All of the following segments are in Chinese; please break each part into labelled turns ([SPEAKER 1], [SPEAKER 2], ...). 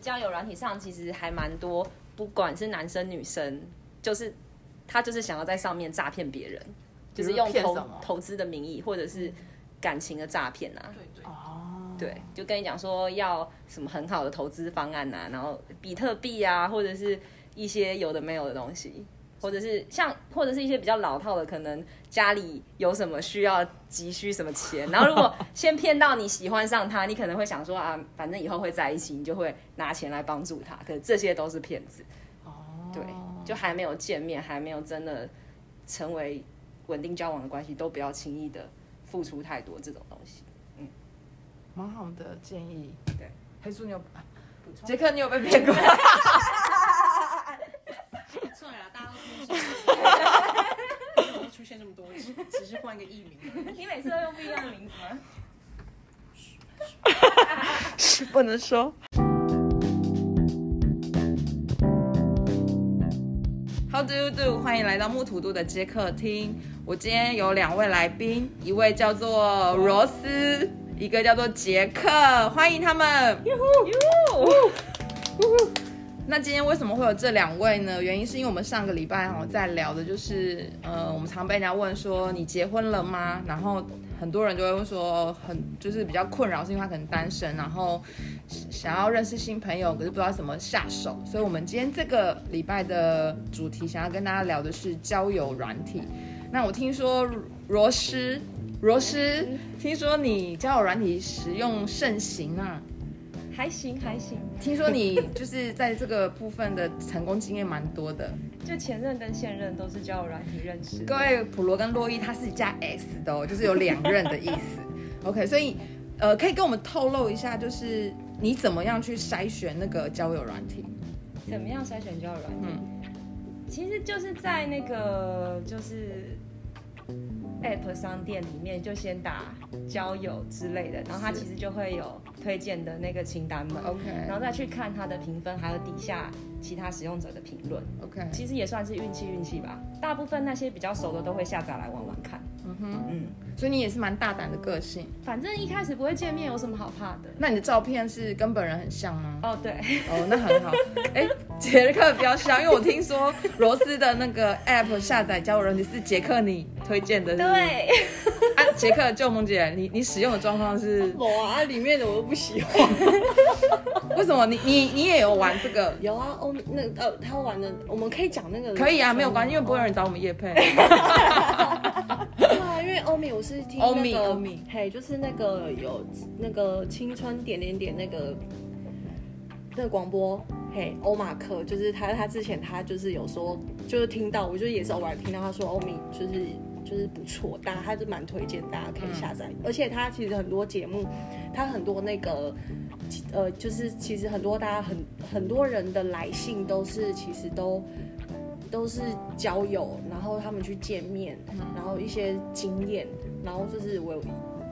[SPEAKER 1] 交友软体上其实还蛮多，不管是男生女生，就是他就是想要在上面诈骗别人，
[SPEAKER 2] 比
[SPEAKER 1] 就
[SPEAKER 2] 如
[SPEAKER 1] 是用
[SPEAKER 2] 骗
[SPEAKER 1] 投
[SPEAKER 2] 什么嗯
[SPEAKER 1] 投资的名义或者是感情的诈骗啊。
[SPEAKER 3] 对对，
[SPEAKER 2] 哦，
[SPEAKER 1] 对，就跟你讲说要什么很好的投资方案啊，然后比特币啊，或者是一些有的没有的东西，或者是像或者是一些比较老套的，可能家里有什么需要急需什么钱，然后如果先骗到你喜欢上他，你可能会想说啊，反正以后会在一起，你就会拿钱来帮助他，可是这些都是骗子，
[SPEAKER 2] 哦，
[SPEAKER 1] 对，就还没有见面，还没有真的成为稳定交往的关系，都不要轻易的付出太多这种东西。
[SPEAKER 2] 蛮好的建议。
[SPEAKER 1] 对，
[SPEAKER 2] 黑叔你有，啊
[SPEAKER 3] 补充
[SPEAKER 2] 杰克你有被骗过？
[SPEAKER 3] 算了啦，大家都听说，出现这么多次， 只是换一个艺名而已。
[SPEAKER 1] 你每次都用不一样的名字吗？
[SPEAKER 4] 不能说。
[SPEAKER 2] How do you do？欢迎来到木土都的接客厅。我今天有两位来宾，一位叫做罗斯，一个叫做杰克，欢迎他们。那今天为什么会有这两位呢？原因是因为我们上个礼拜哈在聊的就是，呃，我们常被人家问说你结婚了吗？然后很多人就会问说很就是比较困扰，是因为他可能单身，然后想要认识新朋友，可是不知道怎么下手。所以我们今天这个礼拜的主题想要跟大家聊的是交友软体。那我听说罗斯，罗斯，听说你交友软体使用盛行啊。
[SPEAKER 1] 还行还行，
[SPEAKER 2] 听说你就是在这个部分的成功经验蛮多的。
[SPEAKER 1] 就前任跟现任都是交友软体认识的。
[SPEAKER 2] 各位，普罗跟洛伊他是加 S 的哦，就是有两任的意思。OK，所以呃，可以跟我们透露一下，就是你怎么样去筛选那个交友软体？
[SPEAKER 1] 怎么样筛选交友软体？
[SPEAKER 2] 嗯
[SPEAKER 1] 其实就是在那个就是 App 商店里面，就先打交友之类的，然后它
[SPEAKER 2] 是
[SPEAKER 1] 其实就会有推荐的那个清单嘛，然
[SPEAKER 2] ，OK
[SPEAKER 1] 后再去看它的评分，还有底下其他使用者的评论，
[SPEAKER 2] OK，
[SPEAKER 1] 其实也算是运气运气吧。大部分那些比较熟的都会下载来玩玩看。
[SPEAKER 2] 嗯哼，
[SPEAKER 1] 嗯，
[SPEAKER 2] 所以你也是蛮大胆的个性。
[SPEAKER 1] 反正一开始不会见面，有什么好怕的？
[SPEAKER 2] 那你的照片是跟本人很像吗？
[SPEAKER 1] 哦， 对。
[SPEAKER 2] 哦，那很好。哎、杰克不要笑，因为我听说罗斯的那个 App 下载交友软体是杰克你推荐的，是不是。
[SPEAKER 1] 对，
[SPEAKER 2] 啊，杰克，救萌姐，你你使用的状况是
[SPEAKER 4] 我啊，里面的我都不喜欢。
[SPEAKER 2] 为什么你？你你也有玩这个？
[SPEAKER 4] 有啊，欧那呃，他玩的，我们可以讲那个。
[SPEAKER 2] 可以啊，没有关系，因为不会有人找我们叶配。
[SPEAKER 4] 对啊，因为欧米我是听
[SPEAKER 2] 欧米
[SPEAKER 4] 那
[SPEAKER 2] 欧
[SPEAKER 4] 个
[SPEAKER 2] 米，
[SPEAKER 4] 嘿，就是那个有那个青春点点点那个那个广播，嘿，欧马克，就是他他之前他就是有说，就是听到，我就也是偶尔听到他说哦欧米就是。就是不错，大家他就蛮推荐大家可以下
[SPEAKER 2] 嗯
[SPEAKER 4] 载，而且他其实很多节目，他很多那个，呃，就是其实很多大家很很多人的来信都是其实都都是交友，然后他们去见面，然后一些经验，然后就是我有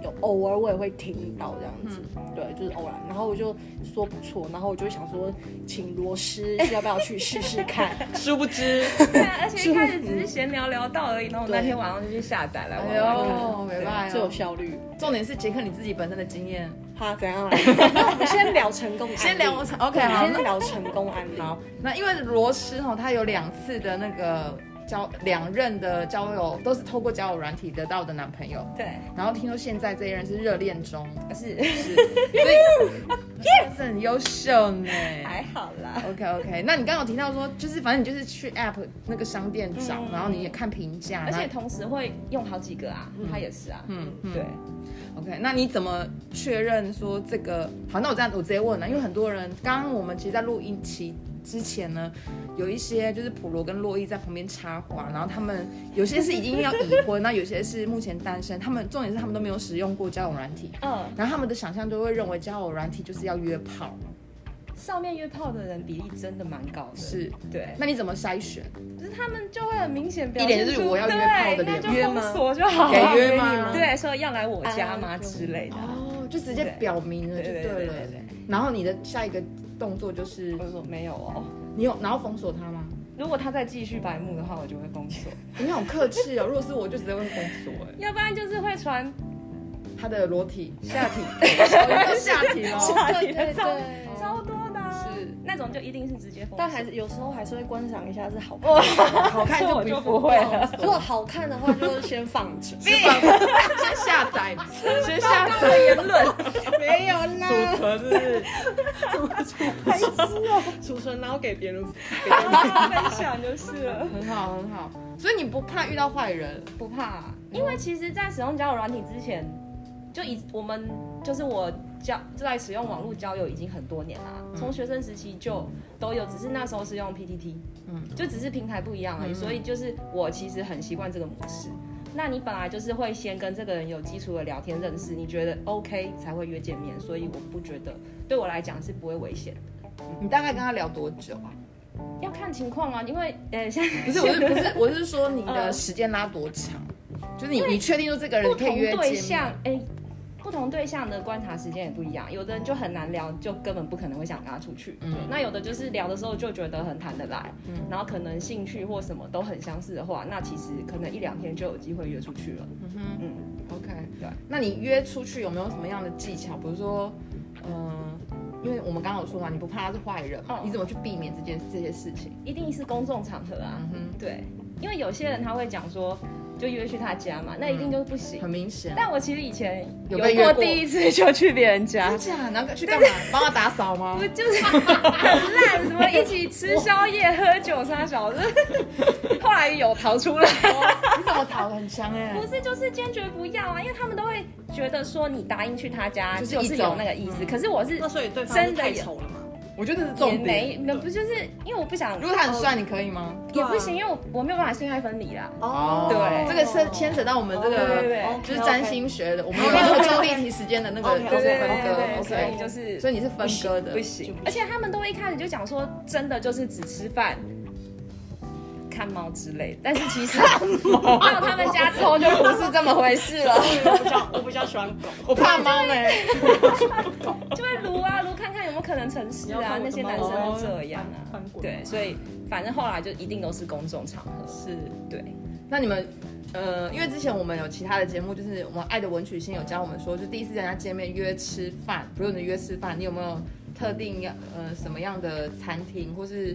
[SPEAKER 4] 有偶尔我也会听到这样子，
[SPEAKER 2] 嗯
[SPEAKER 4] 对，就是偶然，然后我就说不错，然后我就想说请罗师要不要去试试看，
[SPEAKER 2] 殊不知，
[SPEAKER 1] 对啊，而且一开始只是闲聊聊到而已，然后我那天晚上就去下载来玩
[SPEAKER 2] 哎
[SPEAKER 1] 玩看。
[SPEAKER 2] 呦，没办
[SPEAKER 4] 最有
[SPEAKER 2] 法。
[SPEAKER 4] 效率。
[SPEAKER 2] 重点是杰克你自己本身的经验。
[SPEAKER 4] 哈，怎 样啊？我们先聊成功案例，
[SPEAKER 2] 先聊成 OK，
[SPEAKER 4] 对
[SPEAKER 2] 好
[SPEAKER 4] 先聊成功案例。
[SPEAKER 2] 好，那因为罗斯哈，他有两次的那个交两任的交友，都是透过交友软体得到的男朋友。
[SPEAKER 1] 对，
[SPEAKER 2] 然后听说现在这一任是热恋中，
[SPEAKER 1] 是
[SPEAKER 2] 是，所以真的是 很优秀呢。
[SPEAKER 1] 还好啦。
[SPEAKER 2] OK OK，那你刚刚有提到说，就是反正你就是去 App 那个商店找，然后你也看评价，
[SPEAKER 1] 而且
[SPEAKER 2] 然后
[SPEAKER 1] 同时会用好几个啊，他也是啊。
[SPEAKER 2] 嗯嗯
[SPEAKER 1] 对，
[SPEAKER 2] OK，那你怎么确认说这个？好，那我这样我直接问了，因为很多人刚刚我们其实，在录音期之前呢，有一些就是普罗跟洛伊在旁边插话，然后他们有些是已经要已婚， 那有些是目前单身，他们重点是他们都没有使用过交友软体。
[SPEAKER 1] 嗯，
[SPEAKER 2] 然后他们的想象就会认为交友软体就是要约炮，
[SPEAKER 1] 上面约炮的人比例真的蛮高的。，
[SPEAKER 2] 是？
[SPEAKER 1] 对，
[SPEAKER 2] 那你怎么筛选？
[SPEAKER 1] 就是他们就会很明显表
[SPEAKER 2] 一
[SPEAKER 1] 现
[SPEAKER 2] 脸就是
[SPEAKER 1] 出
[SPEAKER 2] 我要约
[SPEAKER 1] 对
[SPEAKER 2] 炮的脸
[SPEAKER 1] 那就
[SPEAKER 4] 约吗
[SPEAKER 1] 封锁就好
[SPEAKER 2] 给
[SPEAKER 1] 了。
[SPEAKER 2] 约吗？
[SPEAKER 1] 对，说要来我家吗
[SPEAKER 4] 啊
[SPEAKER 1] 之类的。
[SPEAKER 2] 哦，就直接表明了就
[SPEAKER 1] 对
[SPEAKER 2] 对
[SPEAKER 1] 对对
[SPEAKER 2] 了。
[SPEAKER 1] 对对
[SPEAKER 2] 然后你的下一个动作就是
[SPEAKER 1] 我就说没有哦，
[SPEAKER 2] 你有，然后封锁他吗？
[SPEAKER 1] 如果他再继续白目的话，我就会封 锁。
[SPEAKER 2] 你好客气哦，如果是我就直接会封锁哎、
[SPEAKER 1] 要不然就是会传
[SPEAKER 2] 他的裸体
[SPEAKER 1] 下体，
[SPEAKER 2] 小鱼的下体哦，
[SPEAKER 4] 对对
[SPEAKER 1] 照
[SPEAKER 4] 对，
[SPEAKER 1] 超多的啊。
[SPEAKER 2] 是
[SPEAKER 1] 那种就一定是直接封锁。
[SPEAKER 4] 但还是有时候还是会观赏一下是好看的。
[SPEAKER 1] 好
[SPEAKER 2] 哦好 看
[SPEAKER 1] 我
[SPEAKER 2] 不
[SPEAKER 1] 就
[SPEAKER 2] 不
[SPEAKER 1] 不会了。
[SPEAKER 4] 如果好看的话，就是先放着。
[SPEAKER 2] 先下载，先下载言论，没有啦。
[SPEAKER 3] 存是
[SPEAKER 4] 储存然后给别人
[SPEAKER 1] 分享就是了。
[SPEAKER 2] 很好很好，所以你不怕遇到坏人，不怕、
[SPEAKER 1] 因为其实，在使用交友软体之前，就以我们就是我交就在使用网络交友已经很多年啦，
[SPEAKER 2] 嗯
[SPEAKER 1] 从学生时期就都有，只是那时候是用 PTT，嗯，就只是平台不一样而已，
[SPEAKER 2] 嗯
[SPEAKER 1] 所以就是我其实很习惯这个模式。那你本来就是会先跟这个人有基础的聊天认识，你觉得 OK 才会约见面，所以我不觉得对我来讲是不会危险，
[SPEAKER 2] 你大概跟他聊多久啊？
[SPEAKER 1] 要看情况啊，因为呃现在
[SPEAKER 2] 不是，我是不是，我是说你的
[SPEAKER 1] 嗯
[SPEAKER 2] 时间拉多长？就是你你确定说这个人
[SPEAKER 1] 不
[SPEAKER 2] 你可以
[SPEAKER 1] 同
[SPEAKER 2] 约
[SPEAKER 1] 嗯对
[SPEAKER 2] 见
[SPEAKER 1] 象
[SPEAKER 2] 面？，
[SPEAKER 1] 哎、不同对象的观察时间也不一样，有的人就很难聊，就根本不可能会想跟他出去。
[SPEAKER 2] 嗯
[SPEAKER 1] 那有的就是聊的时候就觉得很谈得来，然后可能兴趣或什么都很相似的话，那其实可能一两天就有机会约出去了。
[SPEAKER 2] 嗯
[SPEAKER 1] 嗯
[SPEAKER 2] OK，
[SPEAKER 1] 对。
[SPEAKER 2] 那你约出去有没有什么样的技巧？比如说，嗯、因为我们刚刚有说嘛，你不怕他是坏人嘛，
[SPEAKER 1] 嗯
[SPEAKER 2] 你怎么去避免这件这些事情？
[SPEAKER 1] 一定是公众场合啊，
[SPEAKER 2] 嗯
[SPEAKER 1] 对，因为有些人他会讲说就约去他家嘛，那一定就是不行。
[SPEAKER 2] 嗯很明显。
[SPEAKER 1] 但我其实以前
[SPEAKER 2] 有
[SPEAKER 1] 有
[SPEAKER 2] 被约过
[SPEAKER 1] 过第一次就去别人家
[SPEAKER 2] 真，假？然后啊去干嘛？帮他打扫吗
[SPEAKER 1] 不？就是很烂，什么一起吃宵夜、喝酒、撒小， 就是后来有逃出来。
[SPEAKER 2] 你怎么讨很强哎、
[SPEAKER 1] 不是，就是坚决不要啊，因为他们都会觉得说你答应去他家
[SPEAKER 2] 就是
[SPEAKER 1] 就
[SPEAKER 2] 一
[SPEAKER 1] 是嗯
[SPEAKER 2] 种
[SPEAKER 1] 有那个意思，可是我是
[SPEAKER 3] 那所以对方
[SPEAKER 1] 真
[SPEAKER 3] 真
[SPEAKER 1] 的
[SPEAKER 3] 太
[SPEAKER 1] 有
[SPEAKER 3] 丑了嘛？
[SPEAKER 2] 我觉得这是
[SPEAKER 1] 也
[SPEAKER 2] 重点。
[SPEAKER 1] 没，没不就是因为我不想，
[SPEAKER 2] 如果他很帅，你可以吗？
[SPEAKER 1] 也不行，因为我我没有办法性爱分离啦。
[SPEAKER 2] 哦
[SPEAKER 1] 对
[SPEAKER 2] 这个是牵扯到我们这
[SPEAKER 1] 对对
[SPEAKER 2] 个
[SPEAKER 1] 对
[SPEAKER 4] 哦
[SPEAKER 2] 就是占星学的，我们有一个周立体时间的那个
[SPEAKER 4] OK，OK，OK，
[SPEAKER 2] 都
[SPEAKER 1] 哦对
[SPEAKER 2] 是
[SPEAKER 1] 对
[SPEAKER 2] 分
[SPEAKER 1] 对
[SPEAKER 2] 割
[SPEAKER 1] 对，所以
[SPEAKER 2] ，OK，
[SPEAKER 1] 就是
[SPEAKER 2] 所以你是分割的
[SPEAKER 1] 不，行
[SPEAKER 3] 就不行，
[SPEAKER 1] 而且他们都会一开始就讲说，真的就是只吃饭。看猫之类，但是其实到他们家之后就不是这么回事了，
[SPEAKER 3] 我比较我比较喜欢狗，
[SPEAKER 2] 我怕猫 呢。
[SPEAKER 1] 哎就会撸啊撸，看看有没有可能诚实
[SPEAKER 3] 你要看
[SPEAKER 1] 啊
[SPEAKER 3] 我。的
[SPEAKER 1] 那些男生都
[SPEAKER 2] 哦
[SPEAKER 1] 这样
[SPEAKER 3] 猫
[SPEAKER 1] 啊
[SPEAKER 3] 翻翻，滚
[SPEAKER 1] 对，所以反正后来就一定都是公众场合，
[SPEAKER 2] 是，
[SPEAKER 1] 对。
[SPEAKER 2] 那你们。呃，因为之前我们有其他的节目，就是我们爱的文曲星有教我们说，就第一次跟人家见面约吃饭，不论你约吃饭，你有没有特定要呃什么样的餐厅，或是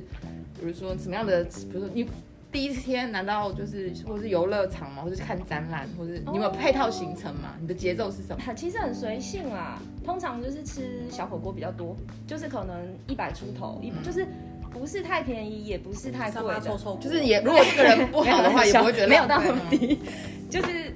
[SPEAKER 2] 比如说什么样的，比如说你第一天难道就是或是游乐场吗，或是看展览，或是你有没有配套行程吗？你的节奏是什么？
[SPEAKER 1] 很其实很随性啦，通常就是吃小火锅比较多，就是可能一百出头，一、
[SPEAKER 2] 嗯
[SPEAKER 1] 就是不是太便宜，也不是太
[SPEAKER 3] 三
[SPEAKER 1] 贵
[SPEAKER 3] 八
[SPEAKER 1] 的，
[SPEAKER 3] 臭臭，
[SPEAKER 2] 就是也如果这个人不好的话，也不会觉得啊
[SPEAKER 1] 没有到
[SPEAKER 2] 浪费
[SPEAKER 1] 那
[SPEAKER 2] 吗
[SPEAKER 1] 么低，就是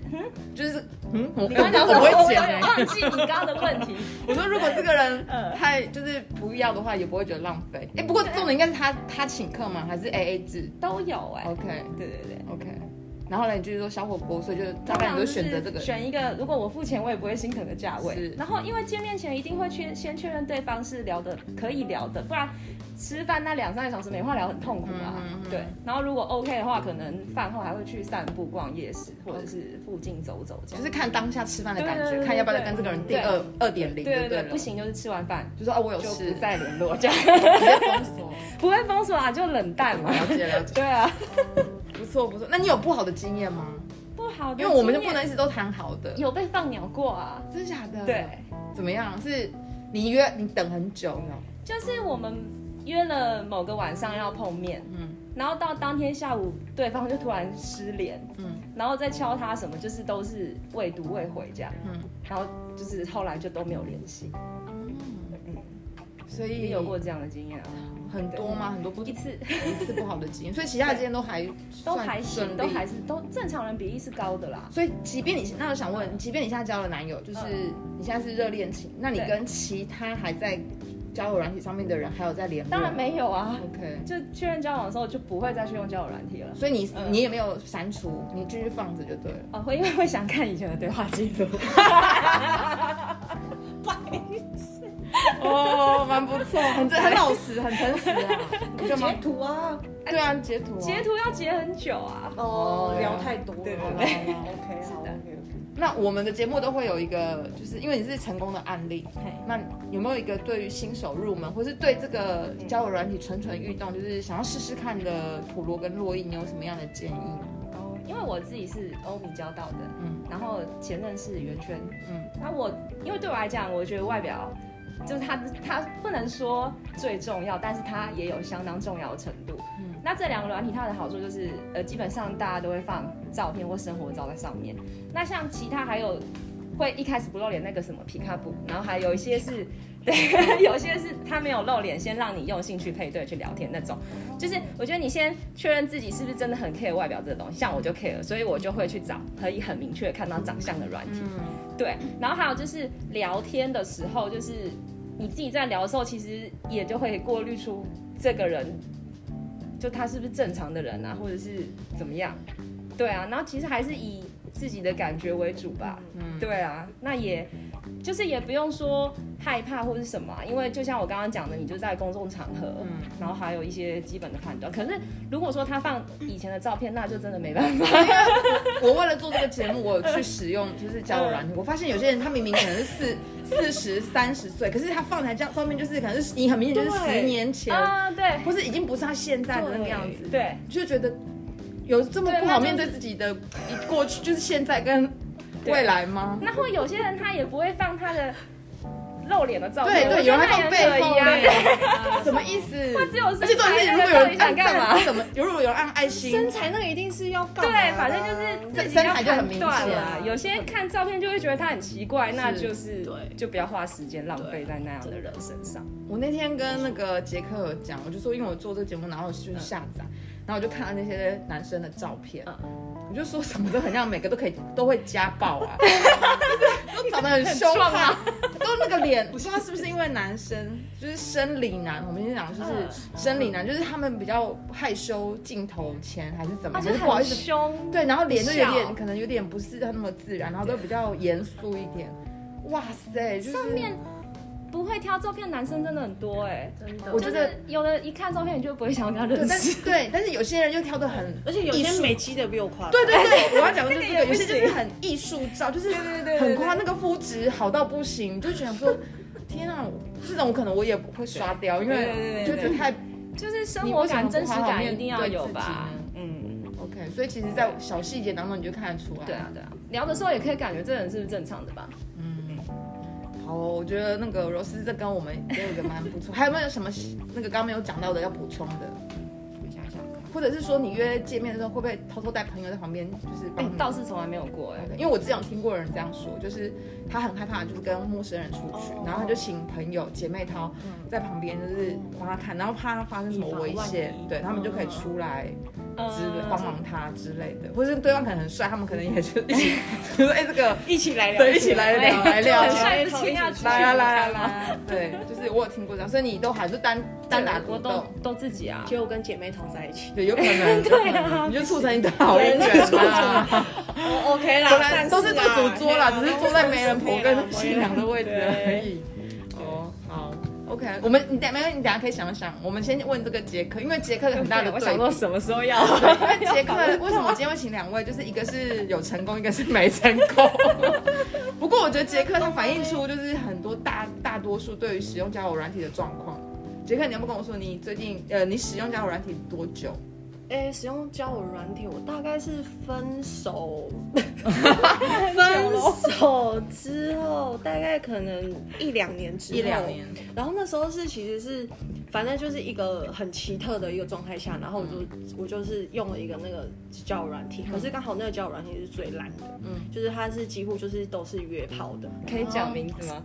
[SPEAKER 2] 就是嗯，我
[SPEAKER 1] 你
[SPEAKER 2] 我
[SPEAKER 1] 刚刚
[SPEAKER 2] 不
[SPEAKER 1] 讲什么
[SPEAKER 2] 会
[SPEAKER 1] 我
[SPEAKER 2] 剪
[SPEAKER 1] 有
[SPEAKER 2] 欸
[SPEAKER 1] 点忘记你刚刚的问题，
[SPEAKER 2] 我说如果这个人
[SPEAKER 1] 嗯
[SPEAKER 2] 太就是不要的话，也不会觉得浪费。哎，不过重点应该是他他请客吗？还是 A A 制
[SPEAKER 1] 都有哎、
[SPEAKER 2] ？OK
[SPEAKER 1] 对对对。
[SPEAKER 2] OK。然后呢，你就是说小火锅，所以就大概你就选择这个。
[SPEAKER 1] 选一个，如果我付钱，我也不会心疼的价
[SPEAKER 2] 是
[SPEAKER 1] 位。然后，因为见面前一定会确先确认对方是聊的可以聊的，不然吃饭那两三个小时没话聊，很痛苦啊。
[SPEAKER 2] 嗯嗯嗯
[SPEAKER 1] 对，然后如果 OK 的话，可能饭后还会去散步、逛夜市，或者是附近走走这
[SPEAKER 2] 就
[SPEAKER 1] 样。
[SPEAKER 2] 是看当下吃饭的感
[SPEAKER 1] 对对
[SPEAKER 2] 觉，
[SPEAKER 1] 对
[SPEAKER 2] 看要不要再跟这个人定
[SPEAKER 1] 对
[SPEAKER 2] 二二点零，
[SPEAKER 1] 对
[SPEAKER 2] 对
[SPEAKER 1] 对
[SPEAKER 2] 了
[SPEAKER 1] 对，不，行就是吃完饭
[SPEAKER 2] 就说啊我有
[SPEAKER 1] 就
[SPEAKER 2] 事
[SPEAKER 1] 不，再联络，这样
[SPEAKER 2] 直接哦 封锁。
[SPEAKER 1] 不会封锁啊，就冷淡嘛。
[SPEAKER 2] 了解了解，
[SPEAKER 1] 对啊，
[SPEAKER 2] 不错不错。那你有不好的经验吗？
[SPEAKER 1] 不好的经验，
[SPEAKER 2] 因为我们就不能一直都谈好的，
[SPEAKER 1] 有被放鸟过啊。
[SPEAKER 2] 真假的？
[SPEAKER 1] 对，，
[SPEAKER 2] 怎么样？是你约你等很久呢？
[SPEAKER 1] 就是我们约了某个晚上要碰面，
[SPEAKER 2] 嗯
[SPEAKER 1] 嗯，然后到当天下午，对方就突然失联，
[SPEAKER 2] 嗯
[SPEAKER 1] 嗯，然后再敲他什么，就是都是未读未回这样，
[SPEAKER 2] 嗯
[SPEAKER 1] 嗯，然后就是后来就都没有联系，
[SPEAKER 2] 所
[SPEAKER 1] 也
[SPEAKER 2] 以
[SPEAKER 1] 有过这样的经验啊，
[SPEAKER 2] 很多吗？很多不
[SPEAKER 1] 一次
[SPEAKER 2] 一次不好的经验，所以其他的经验都还
[SPEAKER 1] 都
[SPEAKER 2] 算
[SPEAKER 1] 还行，
[SPEAKER 2] 顺
[SPEAKER 1] 都
[SPEAKER 2] 利。
[SPEAKER 1] 还是都正常人比例是高的啦，
[SPEAKER 2] 所以，即便你那我想问，即便你现在交了男友，就是你现在是热恋期，那你
[SPEAKER 1] 嗯对
[SPEAKER 2] 跟其他还在交友软体上面的人还有在联络？
[SPEAKER 1] 当然没有啊，
[SPEAKER 2] OK。
[SPEAKER 1] 就确认交往的时候就不会再去用交友软体了。
[SPEAKER 2] 所以你
[SPEAKER 1] 嗯
[SPEAKER 2] 你也没有删除，你继续放着就对了。
[SPEAKER 1] 哦，会因为会想看以前的对话记录，
[SPEAKER 2] 哦，蛮不错，很很老实，很诚实啊。
[SPEAKER 3] 可以截图啊，
[SPEAKER 2] 对啊，截图、啊。
[SPEAKER 1] 截图要截很久啊。
[SPEAKER 2] 哦
[SPEAKER 3] 哦，
[SPEAKER 2] 聊
[SPEAKER 3] 聊
[SPEAKER 2] 太
[SPEAKER 3] 太多了，
[SPEAKER 1] 对
[SPEAKER 2] 好
[SPEAKER 1] 对
[SPEAKER 2] 啦
[SPEAKER 1] 对
[SPEAKER 2] 好啦
[SPEAKER 3] ，OK，好，OK，OK。
[SPEAKER 2] 那我们的节目都会有一个，就是因为你是成功的案例，
[SPEAKER 1] 嘿
[SPEAKER 2] 那有没有一个对于新手入门，或是对这个交友软体蠢蠢欲动，就是想要试试看的普罗跟洛伊，你有什么样的建议 吗？
[SPEAKER 1] 哦，因为我自己是欧米交到的，
[SPEAKER 2] 嗯
[SPEAKER 1] 嗯，然后前任是圆圈，
[SPEAKER 2] 嗯
[SPEAKER 1] 嗯，那我因为对我来讲，我觉得外表就是它它不能说最重要，但是它也有相当重要的程度。
[SPEAKER 2] 嗯
[SPEAKER 1] 那这两个软体它的好处就是，呃，基本上大家都会放照片或生活照在上面。那像其他还有会一开始不露脸那个什么皮卡布，然后还有一些是， 对，有些是它没有露脸，先让你用兴趣配对去聊天那种。就是我觉得你先确认自己是不是真的很 care 外表这个东西，像我就 care，所以我就会去找可以很明确看到长相的软体。对，然后还有就是聊天的时候，就是你自己在聊的时候，其实也就会过滤出这个人，就他是不是正常的人啊，或者是怎么样？对啊，然后其实还是以自己的感觉为主吧。嗯，对啊，那也就是也不用说害怕或是什么啊、因为就像我刚刚讲的，你就在公众场合，
[SPEAKER 2] 嗯
[SPEAKER 1] 然后还有一些基本的判断。可是如果说他放以前的照片，那就真的没办法。
[SPEAKER 2] 我为了做这个节目，我去使用就是交友
[SPEAKER 1] 嗯
[SPEAKER 2] 软件，我发现有些人他明明可能是四四十三十岁，可是他放台照照片就是可能是你很明显就是十
[SPEAKER 4] 对
[SPEAKER 2] 年前，
[SPEAKER 1] 啊，对
[SPEAKER 2] 或是已经不是他现在的那个样子，
[SPEAKER 1] 对。
[SPEAKER 2] 就觉得有这么
[SPEAKER 1] 对
[SPEAKER 2] 不
[SPEAKER 1] 那
[SPEAKER 2] 好
[SPEAKER 1] 就
[SPEAKER 2] 面对自己的一过去，就是现在跟
[SPEAKER 1] 对
[SPEAKER 2] 未来吗？
[SPEAKER 1] 那或有些人他也不会放他的露脸的照
[SPEAKER 2] 对
[SPEAKER 1] 片，
[SPEAKER 2] 对，
[SPEAKER 1] 我觉
[SPEAKER 2] 有
[SPEAKER 1] 得
[SPEAKER 2] 人
[SPEAKER 1] 那也
[SPEAKER 2] 放背后
[SPEAKER 1] 可以啊。对
[SPEAKER 2] 的，什么意思？
[SPEAKER 1] 只有身
[SPEAKER 2] 而且重点是，
[SPEAKER 1] 材
[SPEAKER 2] 如果
[SPEAKER 1] 到底
[SPEAKER 2] 有人
[SPEAKER 1] 想
[SPEAKER 2] 按
[SPEAKER 1] 干嘛
[SPEAKER 2] 赞是什么？如果有人按爱心
[SPEAKER 4] 身，材那个一定是要干嘛
[SPEAKER 1] 对
[SPEAKER 4] 的啊、，
[SPEAKER 1] 反正就是自己
[SPEAKER 2] 身
[SPEAKER 1] 要
[SPEAKER 2] 材就很
[SPEAKER 1] 判
[SPEAKER 2] 明
[SPEAKER 1] 断
[SPEAKER 2] 显
[SPEAKER 4] 啊
[SPEAKER 1] 了。有些看照片就会觉得他很奇怪，那就是
[SPEAKER 4] 对
[SPEAKER 1] 就不要花时间浪费在那样的人身上。
[SPEAKER 2] 我那天跟那个杰克有讲，我就说因为我做这个节目，然后我
[SPEAKER 1] 嗯
[SPEAKER 2] 去下载，然后我就看到那些男生的照片，我就说什么都很像，每个都可以都会家暴 啊，都长得很凶
[SPEAKER 1] 很
[SPEAKER 2] 悍
[SPEAKER 1] 壮啊，
[SPEAKER 2] 都那个 脸，不知道是不是因为男生就是生理男，我们先讲就是
[SPEAKER 1] 嗯
[SPEAKER 2] 生理男，就是他们比较害羞镜头前还是怎么
[SPEAKER 1] 他
[SPEAKER 2] 样，
[SPEAKER 1] 就
[SPEAKER 2] 就是不好
[SPEAKER 1] 很
[SPEAKER 2] 意思
[SPEAKER 1] 凶，
[SPEAKER 2] 对，然后脸就有点
[SPEAKER 1] 笑
[SPEAKER 2] 可能有点不是那么自然，然后都比较严肃一点。哇塞，就是
[SPEAKER 1] 上面不会挑照片，男生真的很多哎。
[SPEAKER 4] 真的
[SPEAKER 2] 我觉
[SPEAKER 1] 就
[SPEAKER 2] 得
[SPEAKER 1] 是有的一看照片你就不会想要跟他
[SPEAKER 2] 对，
[SPEAKER 1] 认
[SPEAKER 2] 但
[SPEAKER 1] 识。
[SPEAKER 2] 是对，但是有些人就挑 的很，
[SPEAKER 4] 而且有
[SPEAKER 2] 艺术
[SPEAKER 4] 些美肌的比我夸张，
[SPEAKER 2] 对对对，我要讲的就
[SPEAKER 1] 这
[SPEAKER 2] 是
[SPEAKER 1] 个
[SPEAKER 2] 这个，
[SPEAKER 1] 也
[SPEAKER 2] 有
[SPEAKER 1] 不
[SPEAKER 2] 些就是很艺术照， 就是很夸那个肤质好到不行，就想说。 天啊，这种可能我也不会刷掉，因
[SPEAKER 1] 对对
[SPEAKER 2] 为
[SPEAKER 1] 对
[SPEAKER 2] 就
[SPEAKER 1] 对
[SPEAKER 2] 觉得太
[SPEAKER 1] 就是生
[SPEAKER 2] 你
[SPEAKER 1] 活
[SPEAKER 2] 为什么
[SPEAKER 1] 感、
[SPEAKER 2] 不
[SPEAKER 1] 真实
[SPEAKER 2] 好好
[SPEAKER 1] 感
[SPEAKER 2] 面
[SPEAKER 1] 一定要
[SPEAKER 2] 对
[SPEAKER 1] 有
[SPEAKER 2] 自己
[SPEAKER 1] 吧
[SPEAKER 2] 呢。
[SPEAKER 1] 嗯，
[SPEAKER 2] OK。所以其实，在小细节当中你就看得出来。
[SPEAKER 1] 对啊，对啊。聊的时候也可以感觉这人是不是正常的吧？
[SPEAKER 2] 好哦，我觉得那个罗斯这跟我们也有一个蛮不错。还有没有什么那个刚刚没有讲到的要补充的？
[SPEAKER 1] 我想想看，
[SPEAKER 2] 或者是说你约见面的时候，会不会偷偷带朋友在旁边，就是
[SPEAKER 1] 哎
[SPEAKER 2] 帮他们
[SPEAKER 1] 倒是从来没有过哎。
[SPEAKER 2] 因为我之前有听过人这样说，就是他很害怕，就是跟陌生人出去，
[SPEAKER 4] 哦
[SPEAKER 2] 然后他就请朋友姐妹掏在旁边，就是帮他看，然后怕他发生什么危险
[SPEAKER 4] 以防万，一
[SPEAKER 2] 对他们就可以出来之类
[SPEAKER 1] 嗯
[SPEAKER 2] 帮忙他之类的，或是对方可能很帅，他们可能也是一起，就说哎这个
[SPEAKER 4] 一起来聊，
[SPEAKER 2] 对一起来聊来聊，
[SPEAKER 1] 很
[SPEAKER 2] 来
[SPEAKER 1] 帅的亲要出去
[SPEAKER 2] 来啊来来来，对，就是我有听过这样，所以你都还是单单打
[SPEAKER 1] 我
[SPEAKER 2] 独
[SPEAKER 1] 都
[SPEAKER 2] 斗。
[SPEAKER 1] 都自己啊。
[SPEAKER 4] 结果跟姐妹淘在一起。
[SPEAKER 2] 对，有可啊能，有可能，你就促成你的好姻缘啦。
[SPEAKER 4] 哦，OK 啦
[SPEAKER 2] 本来
[SPEAKER 4] 但
[SPEAKER 2] 都是做主桌啦，只是坐在媒人婆跟新
[SPEAKER 4] 新
[SPEAKER 2] 娘
[SPEAKER 4] 娘
[SPEAKER 2] 的位置而已。哦，好，OK，我们你等没有，你等下可以想想。我们先问这个杰克，因为杰克有很大的
[SPEAKER 1] 我
[SPEAKER 2] 对
[SPEAKER 1] 想
[SPEAKER 2] 比。
[SPEAKER 1] 说什么时候要？
[SPEAKER 2] 因为杰克为什么我今天会请两位？就是一个是有成功，一个是没成功。 不过我觉得杰克他反映出就是很多大大多数对于使用交友软体的状况。杰克，你要不要跟我说你最近呃你使用交友软体多久？
[SPEAKER 4] 哎、使用交友软体，我大概是分手，分手之后大概可能一两年之后，
[SPEAKER 2] 一两年。
[SPEAKER 4] 然后那时候是其实是，反正就是一个很奇特的一个状态下，然后我就、我就是用了一个那个交友软体，可是刚好那个交友软体是最烂的，
[SPEAKER 2] 嗯
[SPEAKER 4] 嗯，就是它是几乎就是都是约炮的
[SPEAKER 1] 可以讲名字吗？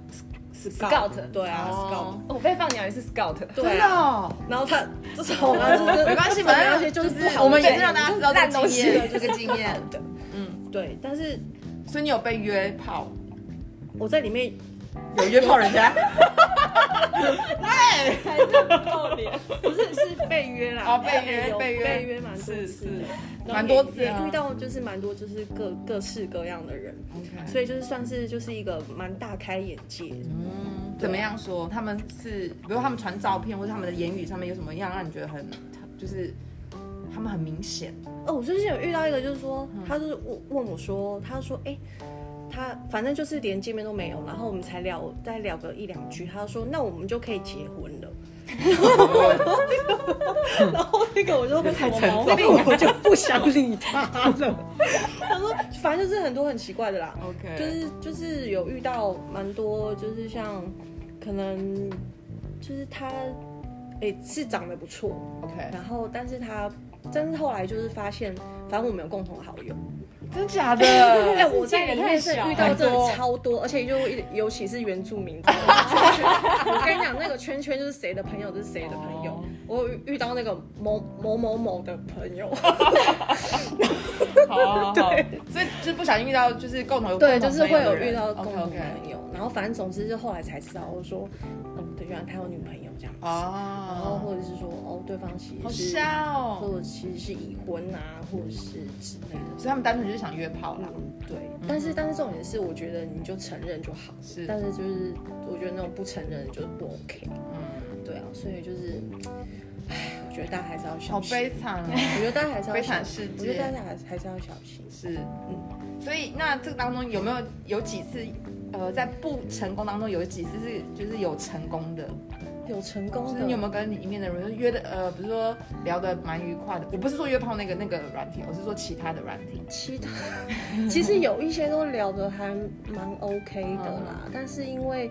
[SPEAKER 1] Scout
[SPEAKER 4] 对啊、
[SPEAKER 2] 哦
[SPEAKER 1] 我被放鸟也是 Scout，
[SPEAKER 4] ，Scout，对、
[SPEAKER 2] 真的
[SPEAKER 4] 啊，
[SPEAKER 2] 哦
[SPEAKER 4] 然后它这是我们就是
[SPEAKER 2] 没 关系，反正
[SPEAKER 4] 没关系就是不好
[SPEAKER 2] 我们也
[SPEAKER 4] 对
[SPEAKER 2] 是让大家知道这
[SPEAKER 4] 烂
[SPEAKER 2] 个
[SPEAKER 4] 东
[SPEAKER 2] 经
[SPEAKER 4] 西
[SPEAKER 2] 验，这个经验。嗯
[SPEAKER 4] 对，但是
[SPEAKER 2] 所以你有被约炮？
[SPEAKER 4] 我在里面
[SPEAKER 2] 有约炮人 家？
[SPEAKER 4] 不是是被约啦，
[SPEAKER 2] 哦被约
[SPEAKER 4] 有
[SPEAKER 2] 被约
[SPEAKER 4] 被约蛮多次的，然后
[SPEAKER 2] 蛮多
[SPEAKER 4] 也
[SPEAKER 2] 次啊
[SPEAKER 4] 也遇到就是蛮多就是各各式各样的人，
[SPEAKER 2] OK，
[SPEAKER 4] 所以就是算是就是一个蛮大开眼界。
[SPEAKER 2] 嗯，怎么样说？他们是，比如他们传照片或者他们的言语上面有什么样让你觉得很，就是他们很明显。
[SPEAKER 4] 哦，我最近有遇到一个，就是说，
[SPEAKER 2] 嗯
[SPEAKER 4] 他就是问问我说，他说，哎、他反正就是连见面都没有，然后我们才聊，再聊个一两句，他说，那我们就可以结婚 了。然后那个我就会
[SPEAKER 2] 太
[SPEAKER 4] 什么
[SPEAKER 2] 沉
[SPEAKER 4] 毛
[SPEAKER 2] 重
[SPEAKER 4] 病
[SPEAKER 2] 了
[SPEAKER 4] 啊，我就不想理他了。他说，反正就是很多很奇怪的啦。
[SPEAKER 2] OK，
[SPEAKER 4] 就是就是有遇到蛮多，就是像可能就是他，诶、是长得不错，
[SPEAKER 2] OK，
[SPEAKER 4] 然后但是他，但是后来就是发现，反正我们有共同好友，
[SPEAKER 2] 真假的？
[SPEAKER 4] 哎、我在里面是遇到
[SPEAKER 2] 很
[SPEAKER 4] 真
[SPEAKER 2] 多
[SPEAKER 4] 的超多，而且就一尤其是原住民这个圈圈，我跟你讲，那个圈圈就是谁的朋友就是谁的朋友
[SPEAKER 2] 哦。
[SPEAKER 4] 我有遇到那个某某某某的朋友，
[SPEAKER 2] 好好好，所以就是不小心遇到就是共同
[SPEAKER 4] 对，就是会有遇到共同
[SPEAKER 2] OK
[SPEAKER 4] 朋友。然后反正总之就后来才知道，我说，嗯，对，原来他有女朋友这样子。
[SPEAKER 2] 哦，
[SPEAKER 4] 然后或者是说，哦，对方其
[SPEAKER 2] 好
[SPEAKER 4] 实是，
[SPEAKER 2] 瞎哦，
[SPEAKER 4] 或者其实是已婚啊，或者是之类的。
[SPEAKER 2] 所以他们单纯就是想约炮啦。
[SPEAKER 4] 嗯，对，但是但是重点是，我觉得你就承认就好。
[SPEAKER 2] 是
[SPEAKER 4] 但是就是我觉得那种不承认就不 OK。
[SPEAKER 2] 嗯，
[SPEAKER 4] 对啊，所以就是，唉，我觉得大家还是要
[SPEAKER 2] 好
[SPEAKER 4] 小心。
[SPEAKER 2] 悲惨哦，
[SPEAKER 4] 我觉得大家还是要
[SPEAKER 2] 悲惨
[SPEAKER 4] 小
[SPEAKER 2] 世
[SPEAKER 4] 我觉得大
[SPEAKER 2] 界。
[SPEAKER 4] 家还是还是要小心。
[SPEAKER 2] 是，嗯，所以那这个当中有没有有几次，呃，在不成功当中有几次是就是有成功的？
[SPEAKER 4] 有成功
[SPEAKER 2] 就
[SPEAKER 4] 的，
[SPEAKER 2] 是你有没有跟里面的人约的，呃，比如说聊的蛮愉快的？我不是说约炮那个那个软体，我是说其他的软体。
[SPEAKER 4] 其他 其实有一些都聊得还蛮 OK 的啦，
[SPEAKER 2] 嗯
[SPEAKER 4] 但是因为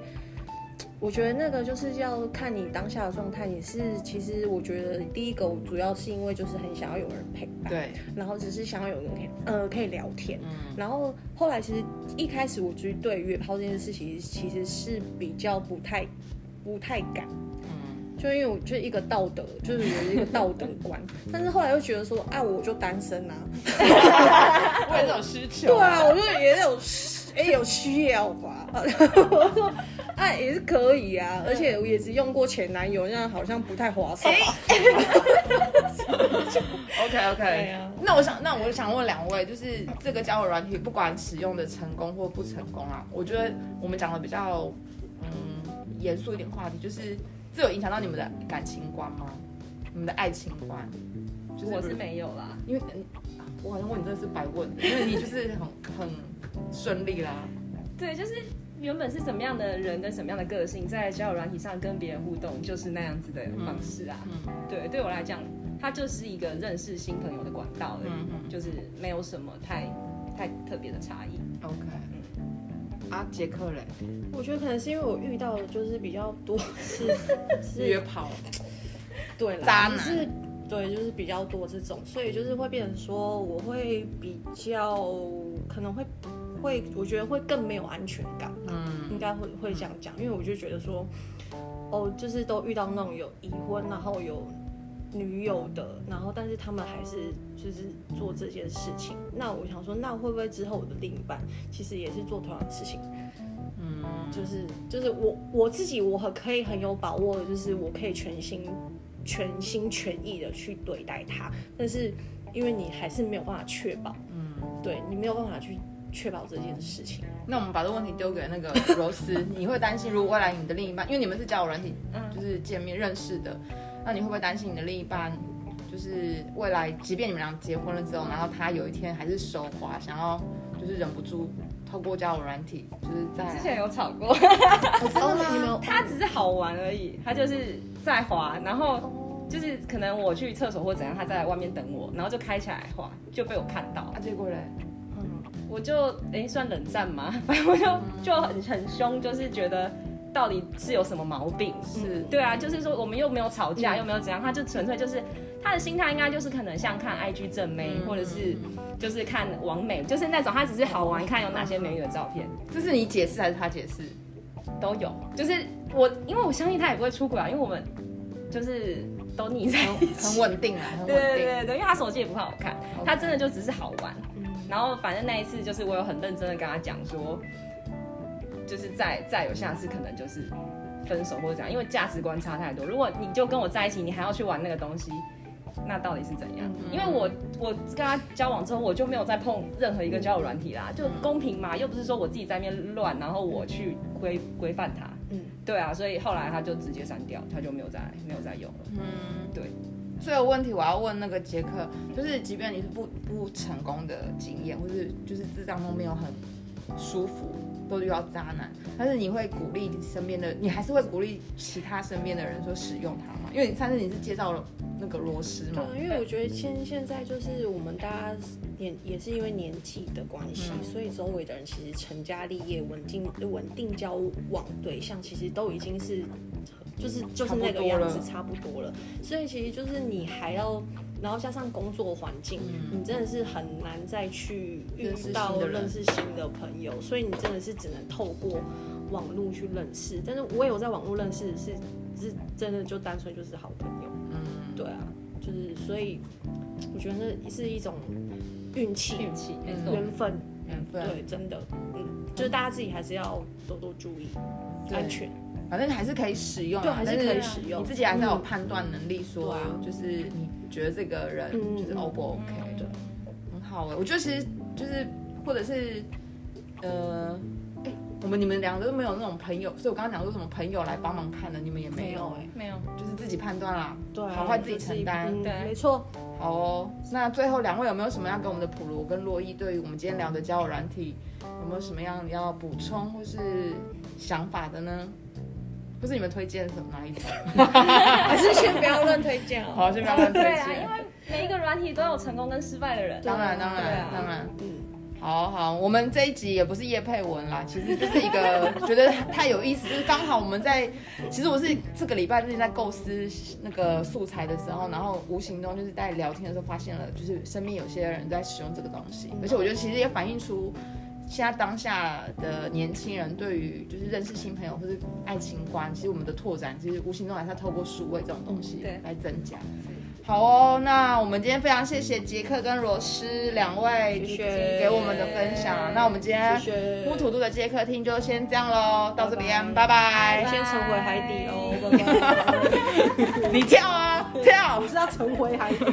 [SPEAKER 4] 我觉得那个就是要看你当下的状态。你是其实我觉得第一个我主要是因为就是很想要有人陪伴，
[SPEAKER 2] 对，
[SPEAKER 4] 然后只是想要有人可以呃可以聊天。
[SPEAKER 2] 嗯，
[SPEAKER 4] 然后后来其实一开始我就是对约炮这件事情其实是比较不太不太敢。
[SPEAKER 2] 嗯，
[SPEAKER 4] 就因为我就是一个道德，就是我的一个道德 观，但是后来又觉得说，啊，我就单身啊，
[SPEAKER 2] 我有这种需求。
[SPEAKER 4] 对啊，我就也有，哎、有需要吧。 我说，哎、也是可以啊，而且我也只用过前男友，那好像不太划算。
[SPEAKER 2] OK OK，
[SPEAKER 4] 对啊
[SPEAKER 2] 那我想，那我想问两位，就是这个交友软体，不管使用的成功或不成功啊，我觉得我们讲的比较嗯严肃一点话题，就是这有影响到你们的感情观吗？你们的爱情观？就是
[SPEAKER 1] 我是没有啦，
[SPEAKER 2] 因为嗯啊我好像问你这是白问的，因为你就是很很顺利啦。
[SPEAKER 1] 对，就是原本是什么样的人跟什么样的个性，在交友软体上跟别人互动，就是那样子的方式啊。
[SPEAKER 2] 嗯
[SPEAKER 1] 对，对我来讲，它就是一个认识新朋友的管道而已，
[SPEAKER 2] 嗯嗯
[SPEAKER 1] 就是没有什么太太特别的差异。
[SPEAKER 2] ，OK。啊，杰克嘞，
[SPEAKER 4] 我觉得可能是因为我遇到的就是比较多是
[SPEAKER 2] 约
[SPEAKER 4] 是，
[SPEAKER 2] 炮，
[SPEAKER 4] 对啦，
[SPEAKER 2] 渣男
[SPEAKER 4] 就是对，就是比较多这种，所以就是会变成说，我会比较可能会会，我觉得会更没有安全感。
[SPEAKER 2] 嗯
[SPEAKER 4] 应该会会这样讲，因为我就觉得说，哦，就是都遇到那种有已婚，然后有女友的，然后但是他们还是就是做这件事情。那我想说，那会不会之后我的另一半其实也是做同样的事情？
[SPEAKER 2] 嗯，
[SPEAKER 4] 就是就是我我自己我很可以很有把握的，就是我可以全心全心全意的去对待他，但是因为你还是没有办法确保，
[SPEAKER 2] 嗯，
[SPEAKER 4] 对你没有办法去确保这件事情。
[SPEAKER 2] 那我们把这个问题丢给 那个柔丝，你会担心如果未来你的另一半，因为你们是交友软体，
[SPEAKER 1] 嗯
[SPEAKER 2] 就是见面认识的，那你会不会担心你的另一半，就是未来即便你们俩结婚了之后，然后他有一天还是手滑，想要就是忍不住透过交友软体，就是在
[SPEAKER 1] 之前有吵过，
[SPEAKER 4] 哦，你们有
[SPEAKER 1] 他只是好玩而已，他就是在滑，然后就是可能我去厕所或怎样，他在外面等我，然后就开起来滑，就被我看到
[SPEAKER 2] 啊，，结果嘞，
[SPEAKER 4] 嗯。
[SPEAKER 1] 我就哎、算冷战嘛， 反正我就就很很凶，就是觉得到底是有什么毛病，
[SPEAKER 2] 是
[SPEAKER 1] 对啊，就是说我们又没有吵架，又没有怎样，他就纯粹就是他的心态应该就是可能像看 IG 正妹，或者是就是看网美，就是那种他只是好玩，看有哪些美女的照片
[SPEAKER 2] 这是你解释还是他 解释？
[SPEAKER 1] 都有。就是我，因为我相信他也不会出轨啊，因为我们就是都腻在一起。
[SPEAKER 2] 很稳定啊，很
[SPEAKER 1] 对
[SPEAKER 2] 稳
[SPEAKER 1] 对
[SPEAKER 2] 定。嗯
[SPEAKER 1] 对对，因为他手机也不太好看，他真的就只是好玩。然后反正那一次就是我有很认真的跟他讲说，就是再再有下次可能就是分手或者怎样，因为价值观差太多。如果你就跟我在一起，你还要去玩那个东西，那到底是怎
[SPEAKER 2] 嗯
[SPEAKER 1] 样？因为我我跟他交往之后，我就没有再碰任何一个交友软体啦，
[SPEAKER 2] 嗯
[SPEAKER 1] 就公平嘛，又不是说我自己在那边乱，然后我去规规范他。
[SPEAKER 4] 嗯
[SPEAKER 1] 嗯，对啊，所以后来他就直接删掉，他就没有再没有再用了。
[SPEAKER 2] 嗯，
[SPEAKER 1] 对。
[SPEAKER 2] 最有问题，我要问那个杰克，就是即便你是不不成功的经验，或是就是这当中没有很舒服，都遇到渣男，但是你会鼓励你身边的，你还是会鼓励其他身边的人说使用它吗？因
[SPEAKER 4] 啊嗯
[SPEAKER 2] 为你上次你是介绍了那个螺丝嘛，
[SPEAKER 4] 对，因为我觉得现现在就是我们大家也也是因为年纪的关
[SPEAKER 2] 嗯
[SPEAKER 4] 系，所以周围的人其实成家立业、稳定稳定交往对象，其实都已经是就是就是那个样子差不多了。所以其实就是你还要，然后加上工作环境，
[SPEAKER 2] 嗯
[SPEAKER 4] 你真的是很难再去遇
[SPEAKER 2] 认识新
[SPEAKER 4] 到
[SPEAKER 2] 的人
[SPEAKER 4] 认识新的朋友，所以你真的是只能透过网络去认识。但是我有在网络认识是是真的就单纯就是好朋友，
[SPEAKER 2] 嗯，
[SPEAKER 4] 对啊，就是所以我觉得那是一种运气、
[SPEAKER 1] 运气没错。
[SPEAKER 2] 嗯
[SPEAKER 4] 缘分，
[SPEAKER 2] 缘分。
[SPEAKER 4] 对，真的，嗯，就是大家自己还是要多多注意
[SPEAKER 2] 对
[SPEAKER 4] 安全，
[SPEAKER 2] 反正还是可以使用啊，
[SPEAKER 4] 对还是
[SPEAKER 2] 但
[SPEAKER 4] 可以使用
[SPEAKER 2] 你自己还是要有判断能力说，
[SPEAKER 4] 嗯
[SPEAKER 2] 就是你觉得这个人
[SPEAKER 4] 嗯
[SPEAKER 2] 就是 O 不 OK，、
[SPEAKER 4] 对，
[SPEAKER 2] 很好哎、我觉得其实就是或者是呃，哎、我们你们两个都没有那种朋友，所以我刚刚讲说什么朋友来帮忙看的，你们也没
[SPEAKER 4] 没有
[SPEAKER 2] 有，欸
[SPEAKER 3] 欸
[SPEAKER 4] 哎、
[SPEAKER 1] 没有，
[SPEAKER 2] 就是自己判断啦。
[SPEAKER 4] 对啊，
[SPEAKER 2] 好坏自己承担
[SPEAKER 4] 嗯
[SPEAKER 1] 对
[SPEAKER 4] 没错，
[SPEAKER 2] 好哦，那最后两位有没有什么要给我们的普罗跟洛伊对于我们今天聊的交友软体有没有什么样要补充或是想法的呢？或是你们推荐什么哪一种？
[SPEAKER 4] 还是先不要乱推荐哦。
[SPEAKER 2] 好，先不要乱推
[SPEAKER 1] 对啊，因
[SPEAKER 2] 荐。
[SPEAKER 1] 为每一个软体都有成功跟失败的人。
[SPEAKER 2] 当然，当
[SPEAKER 1] 对
[SPEAKER 2] 然
[SPEAKER 1] 啊，
[SPEAKER 2] 当然。
[SPEAKER 4] 嗯，
[SPEAKER 2] 好好，我们这一集也不是叶佩文 啦，其实就是一个觉得太有意思，就是刚好我们在，其实我是这个礼拜之前在构思那个素材的时候，然后无形中就是在聊天的时候发现了，就是身边有些人在使用这个东西，而且我觉得其实也反映出现在当下的年轻人对于就是认识新朋友或是爱情观，其实我们的拓展其实无形中还是要透过数位这种东西
[SPEAKER 1] 嗯对
[SPEAKER 2] 来增加。好哦，那我们今天非常谢谢杰克跟罗斯两位
[SPEAKER 4] 谢谢
[SPEAKER 2] 给我们的分享。那我们今天
[SPEAKER 4] 谢谢
[SPEAKER 2] 木土度的杰克听就先这样喽，到这边，拜
[SPEAKER 4] 我
[SPEAKER 2] 拜。
[SPEAKER 4] 先重回海底哦，拜拜。
[SPEAKER 2] 你跳啊，跳。
[SPEAKER 3] 是要重回海底。